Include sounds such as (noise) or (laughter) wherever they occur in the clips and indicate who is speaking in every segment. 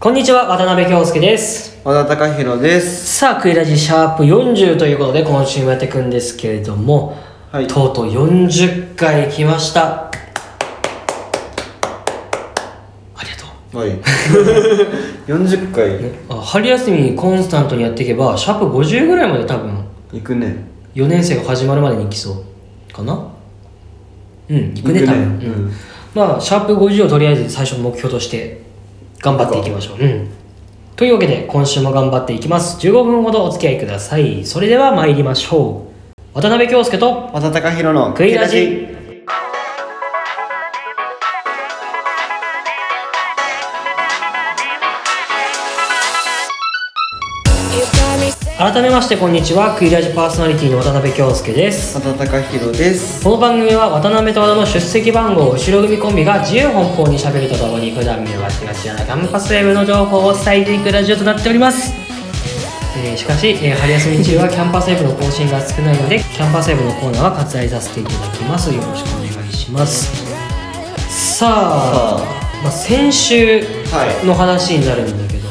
Speaker 1: こんにちは渡辺京介です
Speaker 2: 和田貴弘です
Speaker 1: さあクイラジシャープ40ということで今週もやっていくんですけれども、
Speaker 2: はい
Speaker 1: とうとう40回来ましたありがとう
Speaker 2: はい (laughs) 40回
Speaker 1: あ春休みコンスタントにやっていけばシャープ50ぐらいまで多分
Speaker 2: 行くね
Speaker 1: 4年生が始まるまでに行きそうかなうん行くね多分、うん
Speaker 2: うん
Speaker 1: まあシャープ50をとりあえず最初の目標として頑張っていきましょううんというわけで今週も頑張っていきます15分ほどお付き合いくださいそれでは参りましょう渡辺京介と
Speaker 2: 和田貴弘の
Speaker 1: クイラジ改めましてこんにちはクイラジパーソナリティの渡辺京介です
Speaker 2: 和田貴弘です
Speaker 1: この番組は渡辺と和田の出席番号後ろ組コンビが自由奔放にしゃべるとともに普段見逃しがちなキャンパスウェブの情報を伝えていくラジオとなっております、えーしかし、えー春休み中はキャンパスウェブの更新が少ないのでキャンパスウェブのコーナーは割愛させていただきますよろしくお願いしますさあ
Speaker 2: さ
Speaker 1: まあ、先週
Speaker 2: はい
Speaker 1: の話になるんだけど、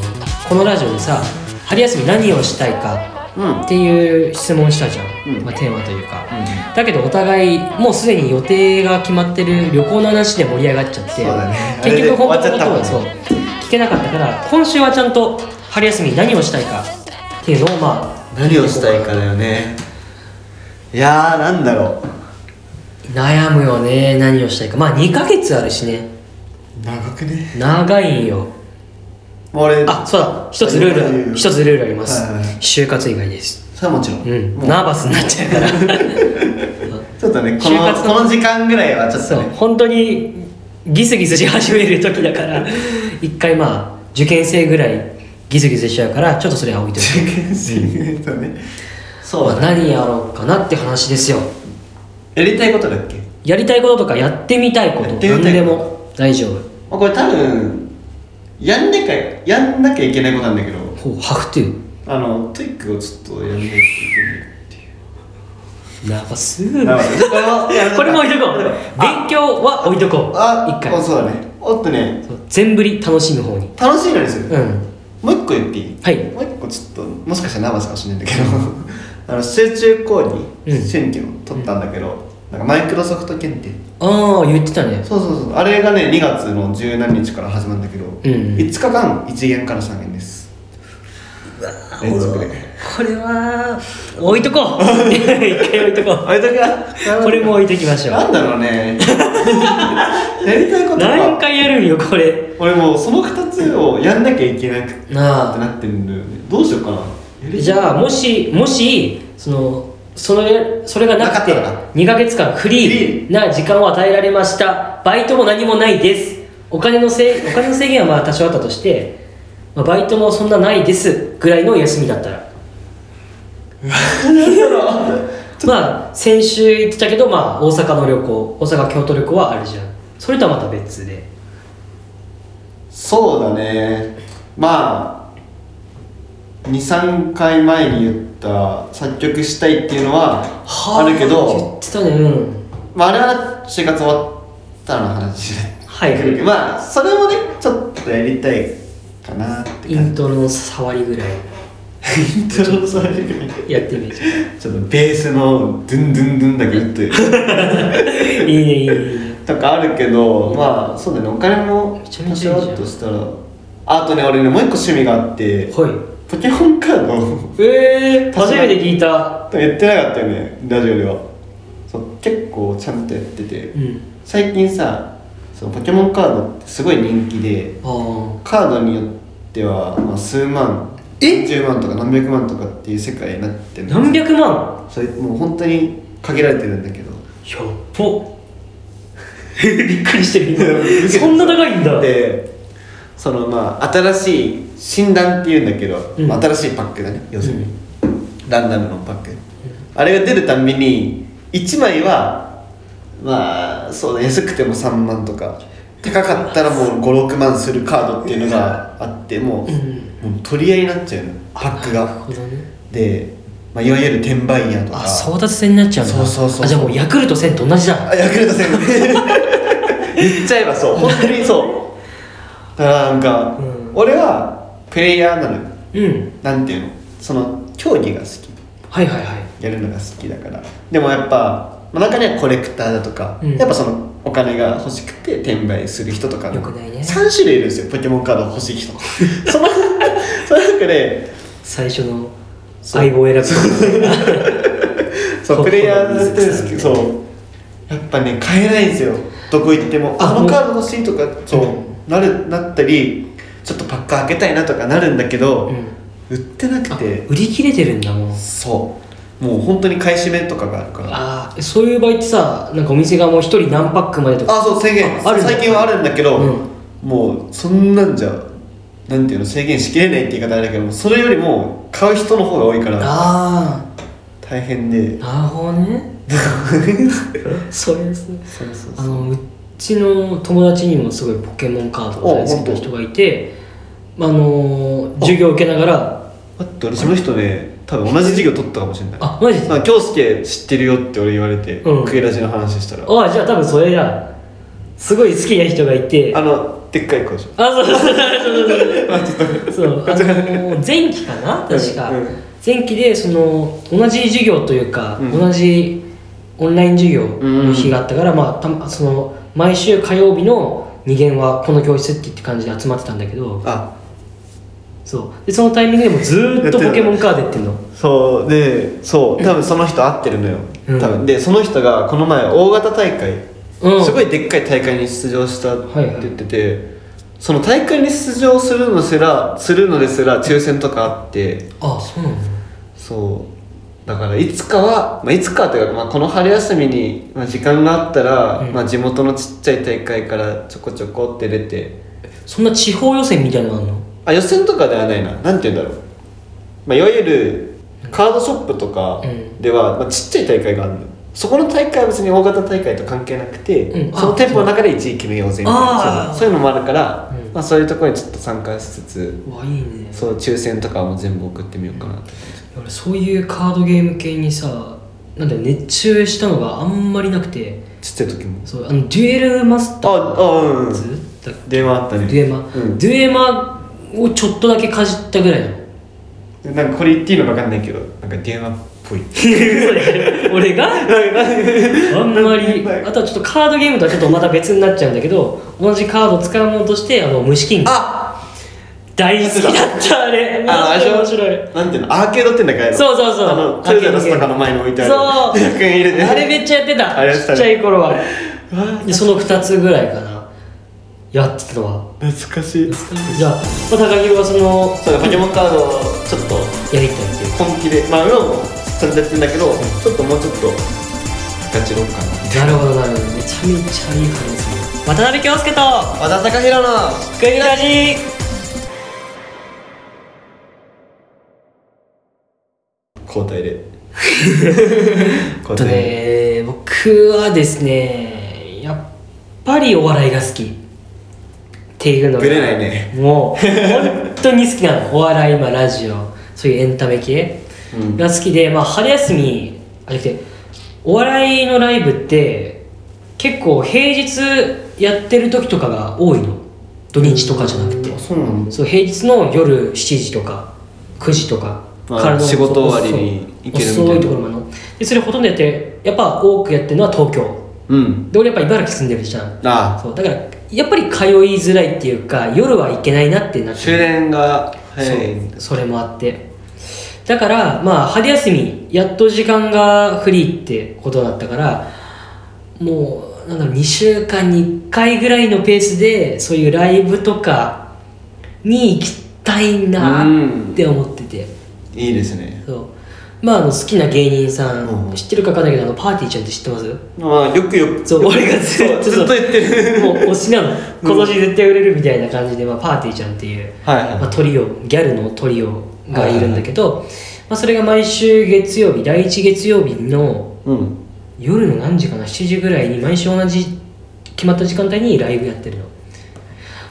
Speaker 1: このラジオでさ春休み何をしたいか
Speaker 2: うんうん
Speaker 1: っていう質問したじゃん、
Speaker 2: うん
Speaker 1: まあ、テーマというか、だけどお互いもうすでに予定が決まってる旅行の話で盛り上がっちゃって
Speaker 2: そうだね
Speaker 1: 結局本
Speaker 2: あれ
Speaker 1: 当
Speaker 2: で終わ
Speaker 1: のこ
Speaker 2: っちゃった
Speaker 1: と
Speaker 2: もん
Speaker 1: を
Speaker 2: ね
Speaker 1: そう聞けなかったから今週はちゃんと春休み何をしたいかっていうのをまあ
Speaker 2: 何をしたいかだよねいやーなんだろ
Speaker 1: 悩むよね何をしたいかまあ2ヶ月あるしね
Speaker 2: う長くね
Speaker 1: 長いよ
Speaker 2: 俺
Speaker 1: あそうだ一つル
Speaker 2: はいはい
Speaker 1: ー
Speaker 2: は
Speaker 1: ル
Speaker 2: い
Speaker 1: 一つルールあります
Speaker 2: はいはいはい
Speaker 1: 就活以外です
Speaker 2: それはもちろん、
Speaker 1: うん
Speaker 2: もう
Speaker 1: ナーバスになっちゃうから
Speaker 2: ちょっとねこ
Speaker 1: 就
Speaker 2: の
Speaker 1: 活の
Speaker 2: この時間ぐらいはちょっ
Speaker 1: (laughs) そ
Speaker 2: と
Speaker 1: う
Speaker 2: ね
Speaker 1: 本当にギスギスし始める時だから一回まあ受験生ぐらいギスギスしちゃうからちょっとそれは置いといて (laughs)
Speaker 2: (laughs) 受験生とねそう
Speaker 1: まあ
Speaker 2: だね
Speaker 1: 何やろうかなって話ですよ
Speaker 2: やりたいことだっけ
Speaker 1: やりたいこととかやってみたいこと
Speaker 2: やってみた
Speaker 1: 何
Speaker 2: い
Speaker 1: でも大丈夫
Speaker 2: まあこれ多分やんなきゃやんなきゃいけないことなんだけど
Speaker 1: ほうハフトゥ
Speaker 2: あのトイックをちょっとやんないといけないっていう
Speaker 1: ナーバス
Speaker 2: なるほどこれもやるのか
Speaker 1: これも置いとこう
Speaker 2: やるのか
Speaker 1: 勉強は置いとこう
Speaker 2: あ
Speaker 1: 一
Speaker 2: あ
Speaker 1: 回
Speaker 2: そうだねおっとね
Speaker 1: そう全振り楽しむ方に
Speaker 2: 楽しいのにする、
Speaker 1: うん
Speaker 2: もう一個言っていい
Speaker 1: はい
Speaker 2: もう一個ちょっともしかしたら生しかもしれないんだけど (laughs) あの集中講
Speaker 1: う
Speaker 2: 義
Speaker 1: ん
Speaker 2: 選挙を取ったんだけど、なんかマイクロソフト検定
Speaker 1: ああ言ってたね
Speaker 2: そうそうそうあれがね2月の十何日から始まるんだけど、
Speaker 1: ん
Speaker 2: 5日間1元から3元です連続で
Speaker 1: これは置いとこう (laughs) 一回置いとこ
Speaker 2: あれだけ
Speaker 1: うこれも置いときましょう
Speaker 2: なんだろうね (laughs) やりたいことが
Speaker 1: 何回やるんよこれ
Speaker 2: 俺もうその2つをやんなきゃいけなくて
Speaker 1: なあ
Speaker 2: なってるんだよねどうしようかなやり
Speaker 1: じゃあもしもしそのそれそれがなくて
Speaker 2: なかったら
Speaker 1: 2ヶ月間フリーな時間を与えられましたバイトも何もないですお金のせいお金の制限はまあ多少あったとして、まあ、バイトもそんなないですぐらいの休みだったら (laughs) まあ先週言ってたけどまあ大阪の旅行大阪京都旅行はあるじゃんそれとはまた別で
Speaker 2: そうだねまあ23回前に言った作曲したいっていうのはあるけ
Speaker 1: 言
Speaker 2: ど、
Speaker 1: ってたねうん
Speaker 2: まあ、あれは就活終わったの話で
Speaker 1: はい
Speaker 2: まあそれもねちょっとやりたいかなって
Speaker 1: イ
Speaker 2: 感
Speaker 1: ントロの触りぐらい
Speaker 2: じイン (laughs) トロの最初に
Speaker 1: やってみる
Speaker 2: ちょっとベースのドゥンドゥンドゥンだけ打って
Speaker 1: (laughs) いいねいいねいいね
Speaker 2: とかあるけどまあそうだねお金も
Speaker 1: めちゃめ
Speaker 2: 多
Speaker 1: ちゃいいじゃん
Speaker 2: 少あるとしたらあとね俺ねもう一個趣味があって
Speaker 1: は
Speaker 2: ポケモンカードを (laughs)
Speaker 1: いえー、初めて聞いた
Speaker 2: やってなかったよねラジオではそう結構ちゃんとやってて
Speaker 1: うん
Speaker 2: 最近さそのポケモンカードってすごい人気で
Speaker 1: ああ
Speaker 2: カードによっては、まあ、数万
Speaker 1: え
Speaker 2: 10万とか何百万とかっていう世界になってるんです
Speaker 1: 何百万
Speaker 2: それもう本当に限られてるんだけど
Speaker 1: やっぽ (laughs) びっくりしてる今そんな高いんだ
Speaker 2: でそのまあ新しい診断っていうんだけど、
Speaker 1: うん
Speaker 2: まあ新しいパックだね要するに、ランダムのパック、あれが出るたんびに1枚はまあそうだ安くても3万とか高かったらもう56万するカードっていうのがあってもう,、もう取り合いになっちゃうのパック
Speaker 1: なる
Speaker 2: が
Speaker 1: ほどね
Speaker 2: で、まあ、いわゆる転売屋とか
Speaker 1: あ争奪戦になっちゃうんだ
Speaker 2: そうそうそう
Speaker 1: あじゃあもうヤクルト1000と同じだ (laughs)
Speaker 2: あヤクルト1000言っちゃえばそう本当にそうだからなんか、
Speaker 1: うん
Speaker 2: 俺はプレイヤーなのよ
Speaker 1: うん
Speaker 2: なんていうのその競技が好
Speaker 1: はいはいはい
Speaker 2: きやるのが好きだからでもやっぱまあ中にはコレクターだとか、
Speaker 1: うん
Speaker 2: やっぱそのお金が欲しくて転売する人とか
Speaker 1: よくないね
Speaker 2: 3種類いるんですよポケモンカード欲しい人そのその中で
Speaker 1: 最初の
Speaker 2: そう
Speaker 1: 相棒選ぶ
Speaker 2: そ
Speaker 1: そうう
Speaker 2: プレイヤーなんですけど
Speaker 1: そう
Speaker 2: そうやっぱね買えないんですよどこ行っても
Speaker 1: あ
Speaker 2: あのカード欲しいとかそうなるなったりちょっとパッカー開けたいなとかなるんだけど、
Speaker 1: うん
Speaker 2: 売ってなく
Speaker 1: あ
Speaker 2: て
Speaker 1: 売り切れてるんだもん
Speaker 2: そうもう本当に買い占めとかがあるから
Speaker 1: ああそういう場合ってさなんかお店がもう一人何パックまでとか
Speaker 2: あそう制限
Speaker 1: ああるんだ
Speaker 2: 最近はあるんだけど、
Speaker 1: うん
Speaker 2: もうそんなんじゃなんていうの制限しきれないって言い方あれだけどそれよりも買う人の方が多いから
Speaker 1: あ
Speaker 2: 大変で
Speaker 1: あなるほど (laughs) ねそれですね
Speaker 2: そうそう
Speaker 1: あのうちの友達にもすごいポケモンカードが大好きな人がいてあのー授業を受けながら
Speaker 2: 待って俺その人ね多分同じ授業取ったかもしれない
Speaker 1: あマジで
Speaker 2: なんか京介知ってるよって俺言われて、
Speaker 1: うん
Speaker 2: クエラジの話したら
Speaker 1: ああじゃあ多分それだすごい好きな人がいて
Speaker 2: あのでっかい子でしょ
Speaker 1: あそうそうそうそうそうあの前期かな確か、
Speaker 2: うんうん
Speaker 1: 前期でその同じ授業というか、
Speaker 2: うん
Speaker 1: 同じオンライン授業の日があったから、まあたまその毎週火曜日の2限はこの教室って言って感じで集まってたんだけど
Speaker 2: あ
Speaker 1: そうでそのタイミングでもずーっとポケモンカードやってんの
Speaker 2: そうでそう多分その人会ってるのよ、
Speaker 1: うん
Speaker 2: 多分でその人がこの前大型大会、
Speaker 1: うん
Speaker 2: すごいでっかい大会に出場したって
Speaker 1: はいはい
Speaker 2: 言ってて、その大会に出場するのすらするのですら抽選とかあって
Speaker 1: ああそうなの
Speaker 2: そうだからいつかは、まあ、いつかというか、まあ、この春休みに、まあ、時間があったら、
Speaker 1: うん
Speaker 2: まあ、地元のちっちゃい大会からちょこちょこって出て
Speaker 1: そんな地方予選みたいなのあんの
Speaker 2: あ予選とかではないななんて言うんだろう、まあ、いわゆるカードショップとか
Speaker 1: うん
Speaker 2: では、まあ、ちっちゃい大会があるのそこの大会は別に大型大会と関係なくて、
Speaker 1: うん
Speaker 2: その
Speaker 1: あ
Speaker 2: 店舗の中で1位決めようぜみたいな
Speaker 1: あー
Speaker 2: そうそういうのもあるから、
Speaker 1: うん
Speaker 2: まあ、そういうところにちょっと参加しつつ
Speaker 1: うわいいね
Speaker 2: そう抽選とかも全部送ってみようかなと、
Speaker 1: 俺そういうカードゲーム系にさなんだろう熱中したのがあんまりなくて
Speaker 2: ちっちゃい時も
Speaker 1: そうあのデュエルマスタ
Speaker 2: あ
Speaker 1: ー
Speaker 2: あうん
Speaker 1: ズだ
Speaker 2: 電話あったね
Speaker 1: デュエマ、
Speaker 2: うん
Speaker 1: デュエマをちょっとだけかじったぐらい
Speaker 2: (laughs)
Speaker 1: なの
Speaker 2: なんかこれ言っていいのか分かんないけどなんか電話っぽい
Speaker 1: それ俺があんまりあとはちょっとカードゲームとはちょっとまた別になっちゃうんだけど同じカードを使うものとしてあの虫キング
Speaker 2: あ
Speaker 1: 大好きだったあれ
Speaker 2: あのあれでしょ
Speaker 1: 面白い
Speaker 2: なんていうのアーケードってんだかいの
Speaker 1: そうそうそう
Speaker 2: あのトヨタのスタカの前に置いてある
Speaker 1: そう
Speaker 2: 100円入れて
Speaker 1: あれめっちゃやってた
Speaker 2: あれやってたね
Speaker 1: ちっちゃい頃は
Speaker 2: わ
Speaker 1: でその2つぐらいかなやってたわ
Speaker 2: あ懐かしい
Speaker 1: じゃあ、まあ、高木はその
Speaker 2: そうだポケモンカードをちょっと
Speaker 1: やりたいっていう
Speaker 2: 本気でまあ今もちゃんとやってんだけどちょっともうちょっとガチロッカー
Speaker 1: なるほどなるほどめちゃめちゃいい感じですね渡辺京介と
Speaker 2: な和田貴弘の
Speaker 1: クイラジー
Speaker 2: 交代 (laughs) で
Speaker 1: え
Speaker 2: 交
Speaker 1: っと
Speaker 2: 代で
Speaker 1: ね僕はですねやっぱりお笑いが好きっていうのが
Speaker 2: ぶれないね
Speaker 1: もう本当に好き
Speaker 2: (laughs)
Speaker 1: なのお笑い今ラジオそういうエンタメ系
Speaker 2: うん
Speaker 1: が好きで、まあ、春休みあれてお笑いのライブって結構平日やってる時とかが多いの土日とかじゃなくて
Speaker 2: あそうなんだ
Speaker 1: そう平日の夜7時とか9時とか
Speaker 2: まあ
Speaker 1: からの
Speaker 2: 仕事終わりに行けるみたいな
Speaker 1: 遅いところまでのでそれほとんどやってやっぱ多くやってるのは東京
Speaker 2: うん
Speaker 1: で俺やっぱ茨城住んでるじゃん
Speaker 2: あ
Speaker 1: そうだからやっぱり通いづらいっていうか夜は行けないなってな
Speaker 2: あ
Speaker 1: って
Speaker 2: 終電が早い
Speaker 1: そうそれもあってだからまあ春休みやっと時間がフリーってことだったからもうなんだろう2週間に1回ぐらいのペースでそういうライブとかに行きたいなって思ってて、
Speaker 2: いいですね
Speaker 1: そうまああの好きな芸人さん、
Speaker 2: うん
Speaker 1: 知ってるか分かんないけどあのパーティーちゃんって知ってます
Speaker 2: まあよくよく
Speaker 1: そう俺がずっと
Speaker 2: そうずっと言ってる
Speaker 1: もう推しなの今年絶対売れるみたいな感じで、まあ、パーティーちゃんっていう
Speaker 2: はいはい
Speaker 1: まあ、トリオギャルのトリオがいるんだけど、まあ、それが毎週月曜日第1月曜日の
Speaker 2: うん
Speaker 1: 夜の何時かな7時ぐらいに毎週同じ決まった時間帯にライブやってるの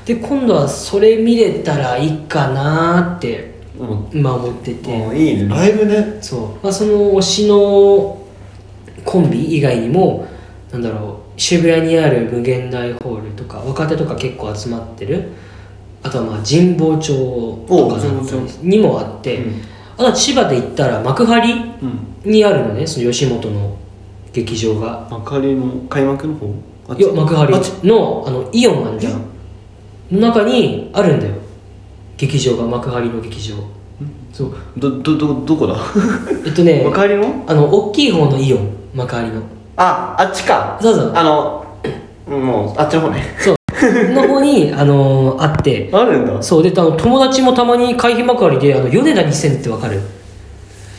Speaker 1: で今度はそれ見れたらいいかなーって、
Speaker 2: うん
Speaker 1: まあ、思ってて、
Speaker 2: もういいねライブね
Speaker 1: そう、まあ、その推しのコンビ以外にもなんだろう渋谷にある無限大ホールとか若手とか結構集まってるあとはまあ神保町とかなんか
Speaker 2: おう神保
Speaker 1: にもあって、
Speaker 2: うん
Speaker 1: あとは千葉で行ったら幕張
Speaker 2: うん
Speaker 1: にあるのねその吉本の劇場が
Speaker 2: 幕張の開幕の方あっ
Speaker 1: い
Speaker 2: ち
Speaker 1: や幕張
Speaker 2: あっち
Speaker 1: のあのイオンあんじゃんの中にあるんだよ劇場が幕張の劇場そう
Speaker 2: どどどどこだ
Speaker 1: えっとね
Speaker 2: 幕張の
Speaker 1: あの大きい方のイオン幕張の
Speaker 2: ああっちか
Speaker 1: そうそう
Speaker 2: あのもうあっちの方ね
Speaker 1: そうの方にあのーあって
Speaker 2: あるんだ
Speaker 1: そうであの友達もたまに会費幕張であの米田2000ってわかる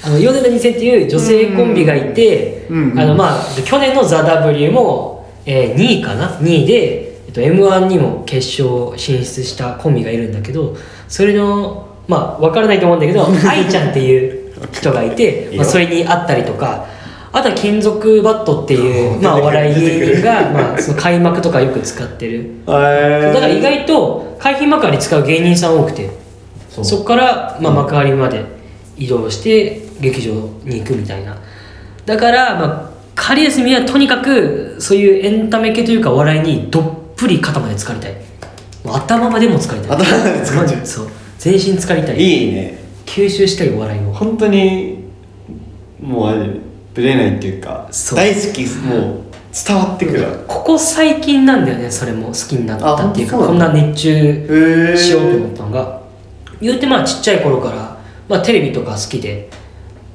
Speaker 1: あの米田2000っていう女性コンビがいて、
Speaker 2: うんうん
Speaker 1: あのまあ去年の「ザ・ w も、えー、2位かな2位で、えっと、m 1にも決勝進出したコンビがいるんだけどそれのまあわからないと思うんだけ
Speaker 2: (laughs)
Speaker 1: ど愛ちゃんっていう人がいて
Speaker 2: いい
Speaker 1: ま
Speaker 2: よ
Speaker 1: あ、それに会ったりとかあとは金属バットっていう、まあ、お笑い芸人が、まあ、その開幕とかよく使ってる。
Speaker 2: へー
Speaker 1: だから意外と海浜幕張使う芸人さん多くてそこから、まあ、幕張まで移動して劇場に行くみたいなだから、まあ、仮休みはとにかくそういうエンタメ系というかお笑いにどっぷり肩まで浸かりたいもう頭までも浸かりたい
Speaker 2: 頭まで浸かりたい
Speaker 1: そう全身浸かりたい
Speaker 2: いいね
Speaker 1: 吸収したいお笑いを
Speaker 2: 本当にもうあれぶれないっていうか
Speaker 1: そう
Speaker 2: 大好きもう伝わってくるわ
Speaker 1: ここ最近なんだよねそれも好きになったっていうか
Speaker 2: あ
Speaker 1: こ
Speaker 2: 本
Speaker 1: ん
Speaker 2: 当
Speaker 1: な熱中
Speaker 2: へえ
Speaker 1: しようと思ったのが言うてまあちっちゃい頃から、まあ、テレビとか好きで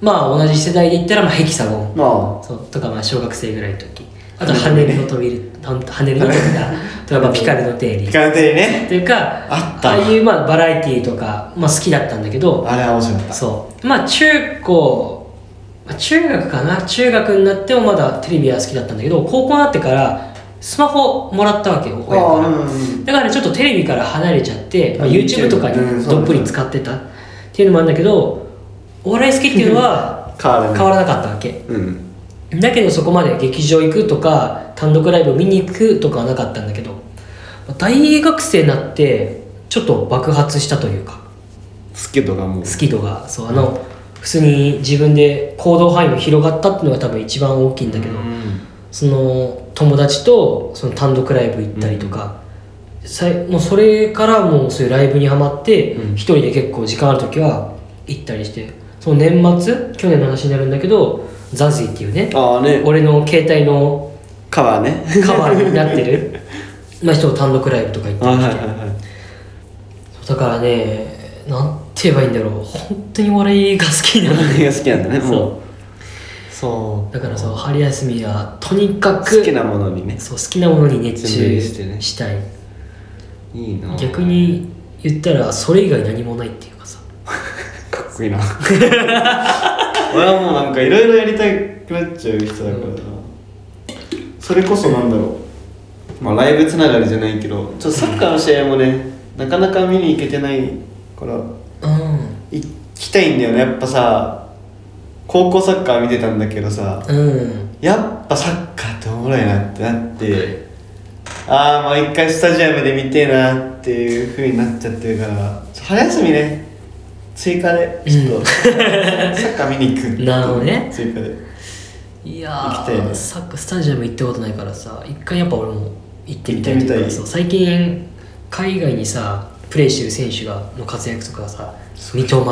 Speaker 1: まあ同じ世代で言ったらまあヘキサゴン
Speaker 2: ま
Speaker 1: そうとかまあ小学生ぐらいの時あと「ハネルの扉」ハネルの扉」とかまあ「ピカルの定
Speaker 2: あ
Speaker 1: 理
Speaker 2: ピ」カルテリね
Speaker 1: というか
Speaker 2: あった
Speaker 1: あいうまあバラエティーとか、まあ、好きだったんだけど
Speaker 2: あれは面白かった
Speaker 1: そうまあ中高まあ中学かな中学になってもまだテレビは好きだったんだけど高校になってからスマホもらったわけよ親から
Speaker 2: あうんうん
Speaker 1: だからちょっとテレビから離れちゃって、まあ、
Speaker 2: うん
Speaker 1: YouTube とかにどっぷり使ってたっていうのもあるんだけどお笑い好きっていうのは
Speaker 2: 変わら
Speaker 1: 変
Speaker 2: ない
Speaker 1: わらなかったわけ
Speaker 2: うん
Speaker 1: だけどそこまで劇場行くとか単独ライブ見に行くとかはなかったんだけど大学生になってちょっと爆発したというか
Speaker 2: スケとかもう
Speaker 1: 好き度がそうあの普通に自分で行動範囲も広がったっていうのが多分一番大きいんだけど、
Speaker 2: うん
Speaker 1: その友達とその単独ライブ行ったりとか、さいもうそれからもうそういうライブにはまって
Speaker 2: うん
Speaker 1: 一人で結構時間ある時は行ったりしてその年末去年の話になるんだけどザズイっていうね
Speaker 2: ああね
Speaker 1: 俺の携帯の
Speaker 2: カバーね
Speaker 1: カバーになって
Speaker 2: (laughs)
Speaker 1: るまあ人の単独ライブとか行っ
Speaker 2: あはい
Speaker 1: た
Speaker 2: は
Speaker 1: り
Speaker 2: い
Speaker 1: して
Speaker 2: は
Speaker 1: だからねなんて言えばいいんだろう本当にお笑いが好き
Speaker 2: い
Speaker 1: なのね
Speaker 2: 何が好きなんだね
Speaker 1: そ
Speaker 2: もうそ
Speaker 1: だからそう春休みはとにかく
Speaker 2: 好きなものにね
Speaker 1: そう好きなものに熱
Speaker 2: 全
Speaker 1: 中
Speaker 2: 部にしてね
Speaker 1: したい
Speaker 2: いいな
Speaker 1: 逆に言ったらそれ以外何もないっていうかさ
Speaker 2: かっこ (laughs) いいな俺はもうなんかいろいろやりたくなっちゃう人だからなそれこそなんだろうまあライブつながりじゃないけどちょっとサッカーの試合もねなかなか見に行けてないから
Speaker 1: う
Speaker 2: 行きたいんだよねやっぱさ高校サッカー見てたんだけどさ
Speaker 1: んうん
Speaker 2: やっぱサッカーっておもろいなってなってああもう一回スタジアムで見てえなっていうふうになっちゃってるからちょ春休みね追加でちょっと、
Speaker 1: うん
Speaker 2: サッカー見に行く
Speaker 1: なるほどね
Speaker 2: 追加で
Speaker 1: いや
Speaker 2: 行きたい
Speaker 1: ー
Speaker 2: ね
Speaker 1: サッカースタジアム行ったことないからさ一回やっぱ俺も行ってみたい
Speaker 2: 行ってみたい
Speaker 1: というかそう最近海外にさプレーしてる選手がの活躍とかさ三笘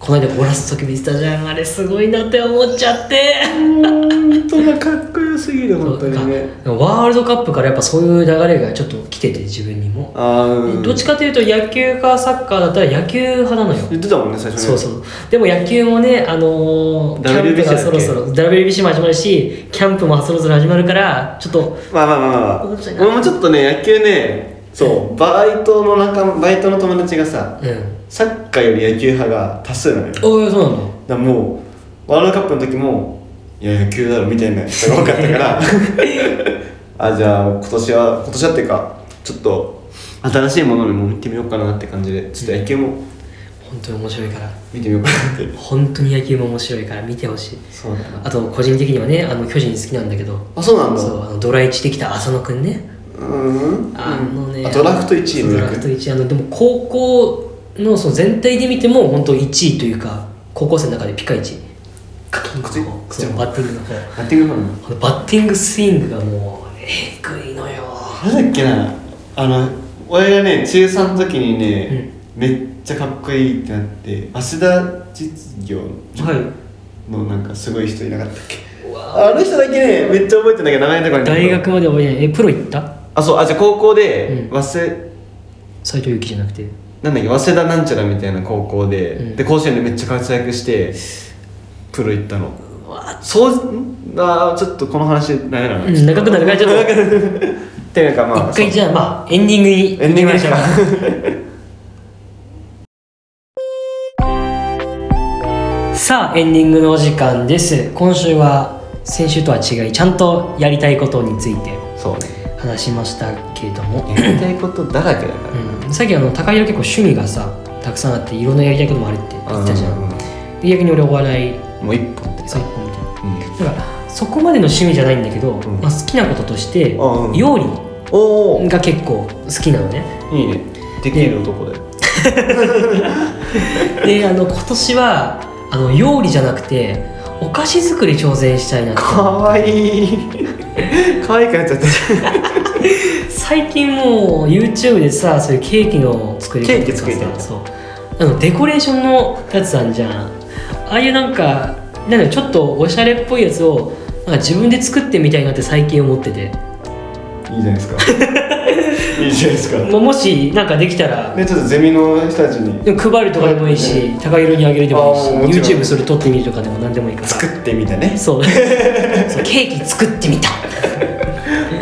Speaker 1: この間ゴラス時見せたじゃんあれすごいなって思っちゃって
Speaker 2: 本当だかっこよすぎる本当にね
Speaker 1: なんかワールドカップからやっぱそういう流れがちょっと来てて自分にも
Speaker 2: ああうん
Speaker 1: どっちかというと野球かサッカーだったら野球派なのよ
Speaker 2: 言ってたもんね最初ね
Speaker 1: そうそうでも野球もね、あのー、キャンプ
Speaker 2: WBC だっ
Speaker 1: が
Speaker 2: け
Speaker 1: そろそろ WBC も始まるしキャンプもそろそろ始まるからちょっと
Speaker 2: まあまあまあまあ
Speaker 1: 面白いな
Speaker 2: 俺もちょっとね野球ねそうバイトの仲間バイトの友達がさ
Speaker 1: うん
Speaker 2: サッカーより野球派が多数なのよ
Speaker 1: おおそうなんだ
Speaker 2: だからもうワールドカップの時もいや野球だろみたいな人が多かったから (laughs) あじゃあ今年は今年はっていうかちょっと新しいものにも見てみようかなって感じでちょっと野球も
Speaker 1: 本当に面白いから
Speaker 2: 見てみようかなって
Speaker 1: 本当に野球も面白いから見てほしい
Speaker 2: そうだな
Speaker 1: あと個人的にはねあの巨人好きなんだけど
Speaker 2: あそうなんだ
Speaker 1: そうあのドラ1できた浅野くんね
Speaker 2: うん
Speaker 1: あのね
Speaker 2: あドラフト1位
Speaker 1: そう
Speaker 2: の
Speaker 1: ドラ
Speaker 2: 役
Speaker 1: フト1位あのでも高校のその全体で見ても本当1位というか高校生の中でピカイチカキンコ
Speaker 2: こっちこっち
Speaker 1: そうバッティングの方
Speaker 2: バッティングファン
Speaker 1: あのバッティングスイングがもうえぐいのよ
Speaker 2: あれだっけなあの俺がね中3の時にね、めっちゃかっこいいってなって芦田実業
Speaker 1: は
Speaker 2: のなんかすごい人いなかったっけ
Speaker 1: う
Speaker 2: あの人だけねめっちゃ覚えてんだけど名前とか
Speaker 1: い
Speaker 2: に
Speaker 1: 大学まで覚えてないえプロ行った
Speaker 2: あそうあじゃあ高校で
Speaker 1: うん
Speaker 2: 早稲、
Speaker 1: 斎藤佑樹じゃなくて
Speaker 2: なんだっけ早稲田なんちゃらみたいな高校で、
Speaker 1: うん
Speaker 2: で甲子園でめっちゃ活躍してプロ行ったの
Speaker 1: うわ
Speaker 2: そううんあーちょっとこの話ダメだな、
Speaker 1: うん長くなるからちょっと
Speaker 2: っていうかまあ
Speaker 1: 一回じゃあまあエンディングに
Speaker 2: エンディングにしよう
Speaker 1: 行きましょう (laughs) さあエンディングのお時間です今週は先週とは違いちゃんそうやりたいことについて
Speaker 2: (laughs) そうね
Speaker 1: 話しましたけれども、
Speaker 2: やりたいことだらけだから、
Speaker 1: うん、さっきあの高井は結構趣味がさたくさんあっていろんなやりたいこともあるって言ってたじゃん、で逆に俺お笑い
Speaker 2: もう一本って
Speaker 1: 最高みたいな
Speaker 2: うん
Speaker 1: だからそこまでの趣味じゃないんだけど、
Speaker 2: ん
Speaker 1: まあ、好きなこととして
Speaker 2: うん
Speaker 1: 料
Speaker 2: おお
Speaker 1: 理が結構好きなのね
Speaker 2: いいねできる男だよ
Speaker 1: であの今年はあの料理じゃなくてお菓子作り挑戦したいなって
Speaker 2: かわいい (laughs) かわいくなっちゃった
Speaker 1: 最近もう YouTube でさそういうケーキの作り方とかさ
Speaker 2: ケーキ作りたいんだ
Speaker 1: そうあのデコレーションのやつあんじゃんああいうなんかなんだろうちょっとおしゃれっぽいやつをなんか自分で作ってみたいなって最近思ってて
Speaker 2: いいじゃないですかいいじゃないですか (laughs)
Speaker 1: もうもしなんかできたら
Speaker 2: でちょっとゼミの人たちに
Speaker 1: でも配るとかでもいいし高色にあげるでも
Speaker 2: あーも
Speaker 1: いい
Speaker 2: ち
Speaker 1: し
Speaker 2: ろん
Speaker 1: YouTube それ撮ってみるとかでも何でもいいから
Speaker 2: 作ってみたね (laughs)
Speaker 1: そうそうケーキ作ってみた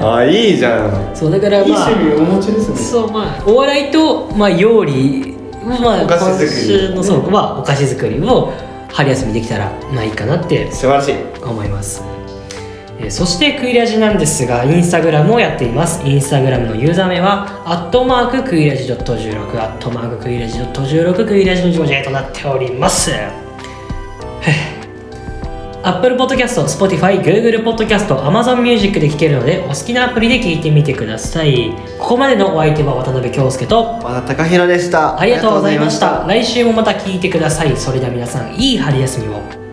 Speaker 2: あーいいじゃん
Speaker 1: そうだから
Speaker 2: いい
Speaker 1: まあ
Speaker 2: 趣味お持ちですね
Speaker 1: そうまあお笑いと、まあ、料理まあ
Speaker 2: お菓子作り
Speaker 1: 今週のそう、まあ、お菓子作りを春休みできたらまあいいかなって
Speaker 2: 素晴らしい
Speaker 1: 思います、えーそしてクイラジなんですがインスタグラムをやっていますインスタグラムのユーザー名はアットマーククイラジ .16 アットマーククイラジ .16 クイラジのジェとなっております (laughs) アップルポッドキャスト、Spotify、Google ポッドキャスト、Amazon Music で聴けるので、お好きなアプリで聴いてみてください。ここまでのお相手は渡辺京介と、
Speaker 2: 和田高弘でした
Speaker 1: ありがとうございました。来週もまた聞いてください。それでは皆さん、いい春休みを。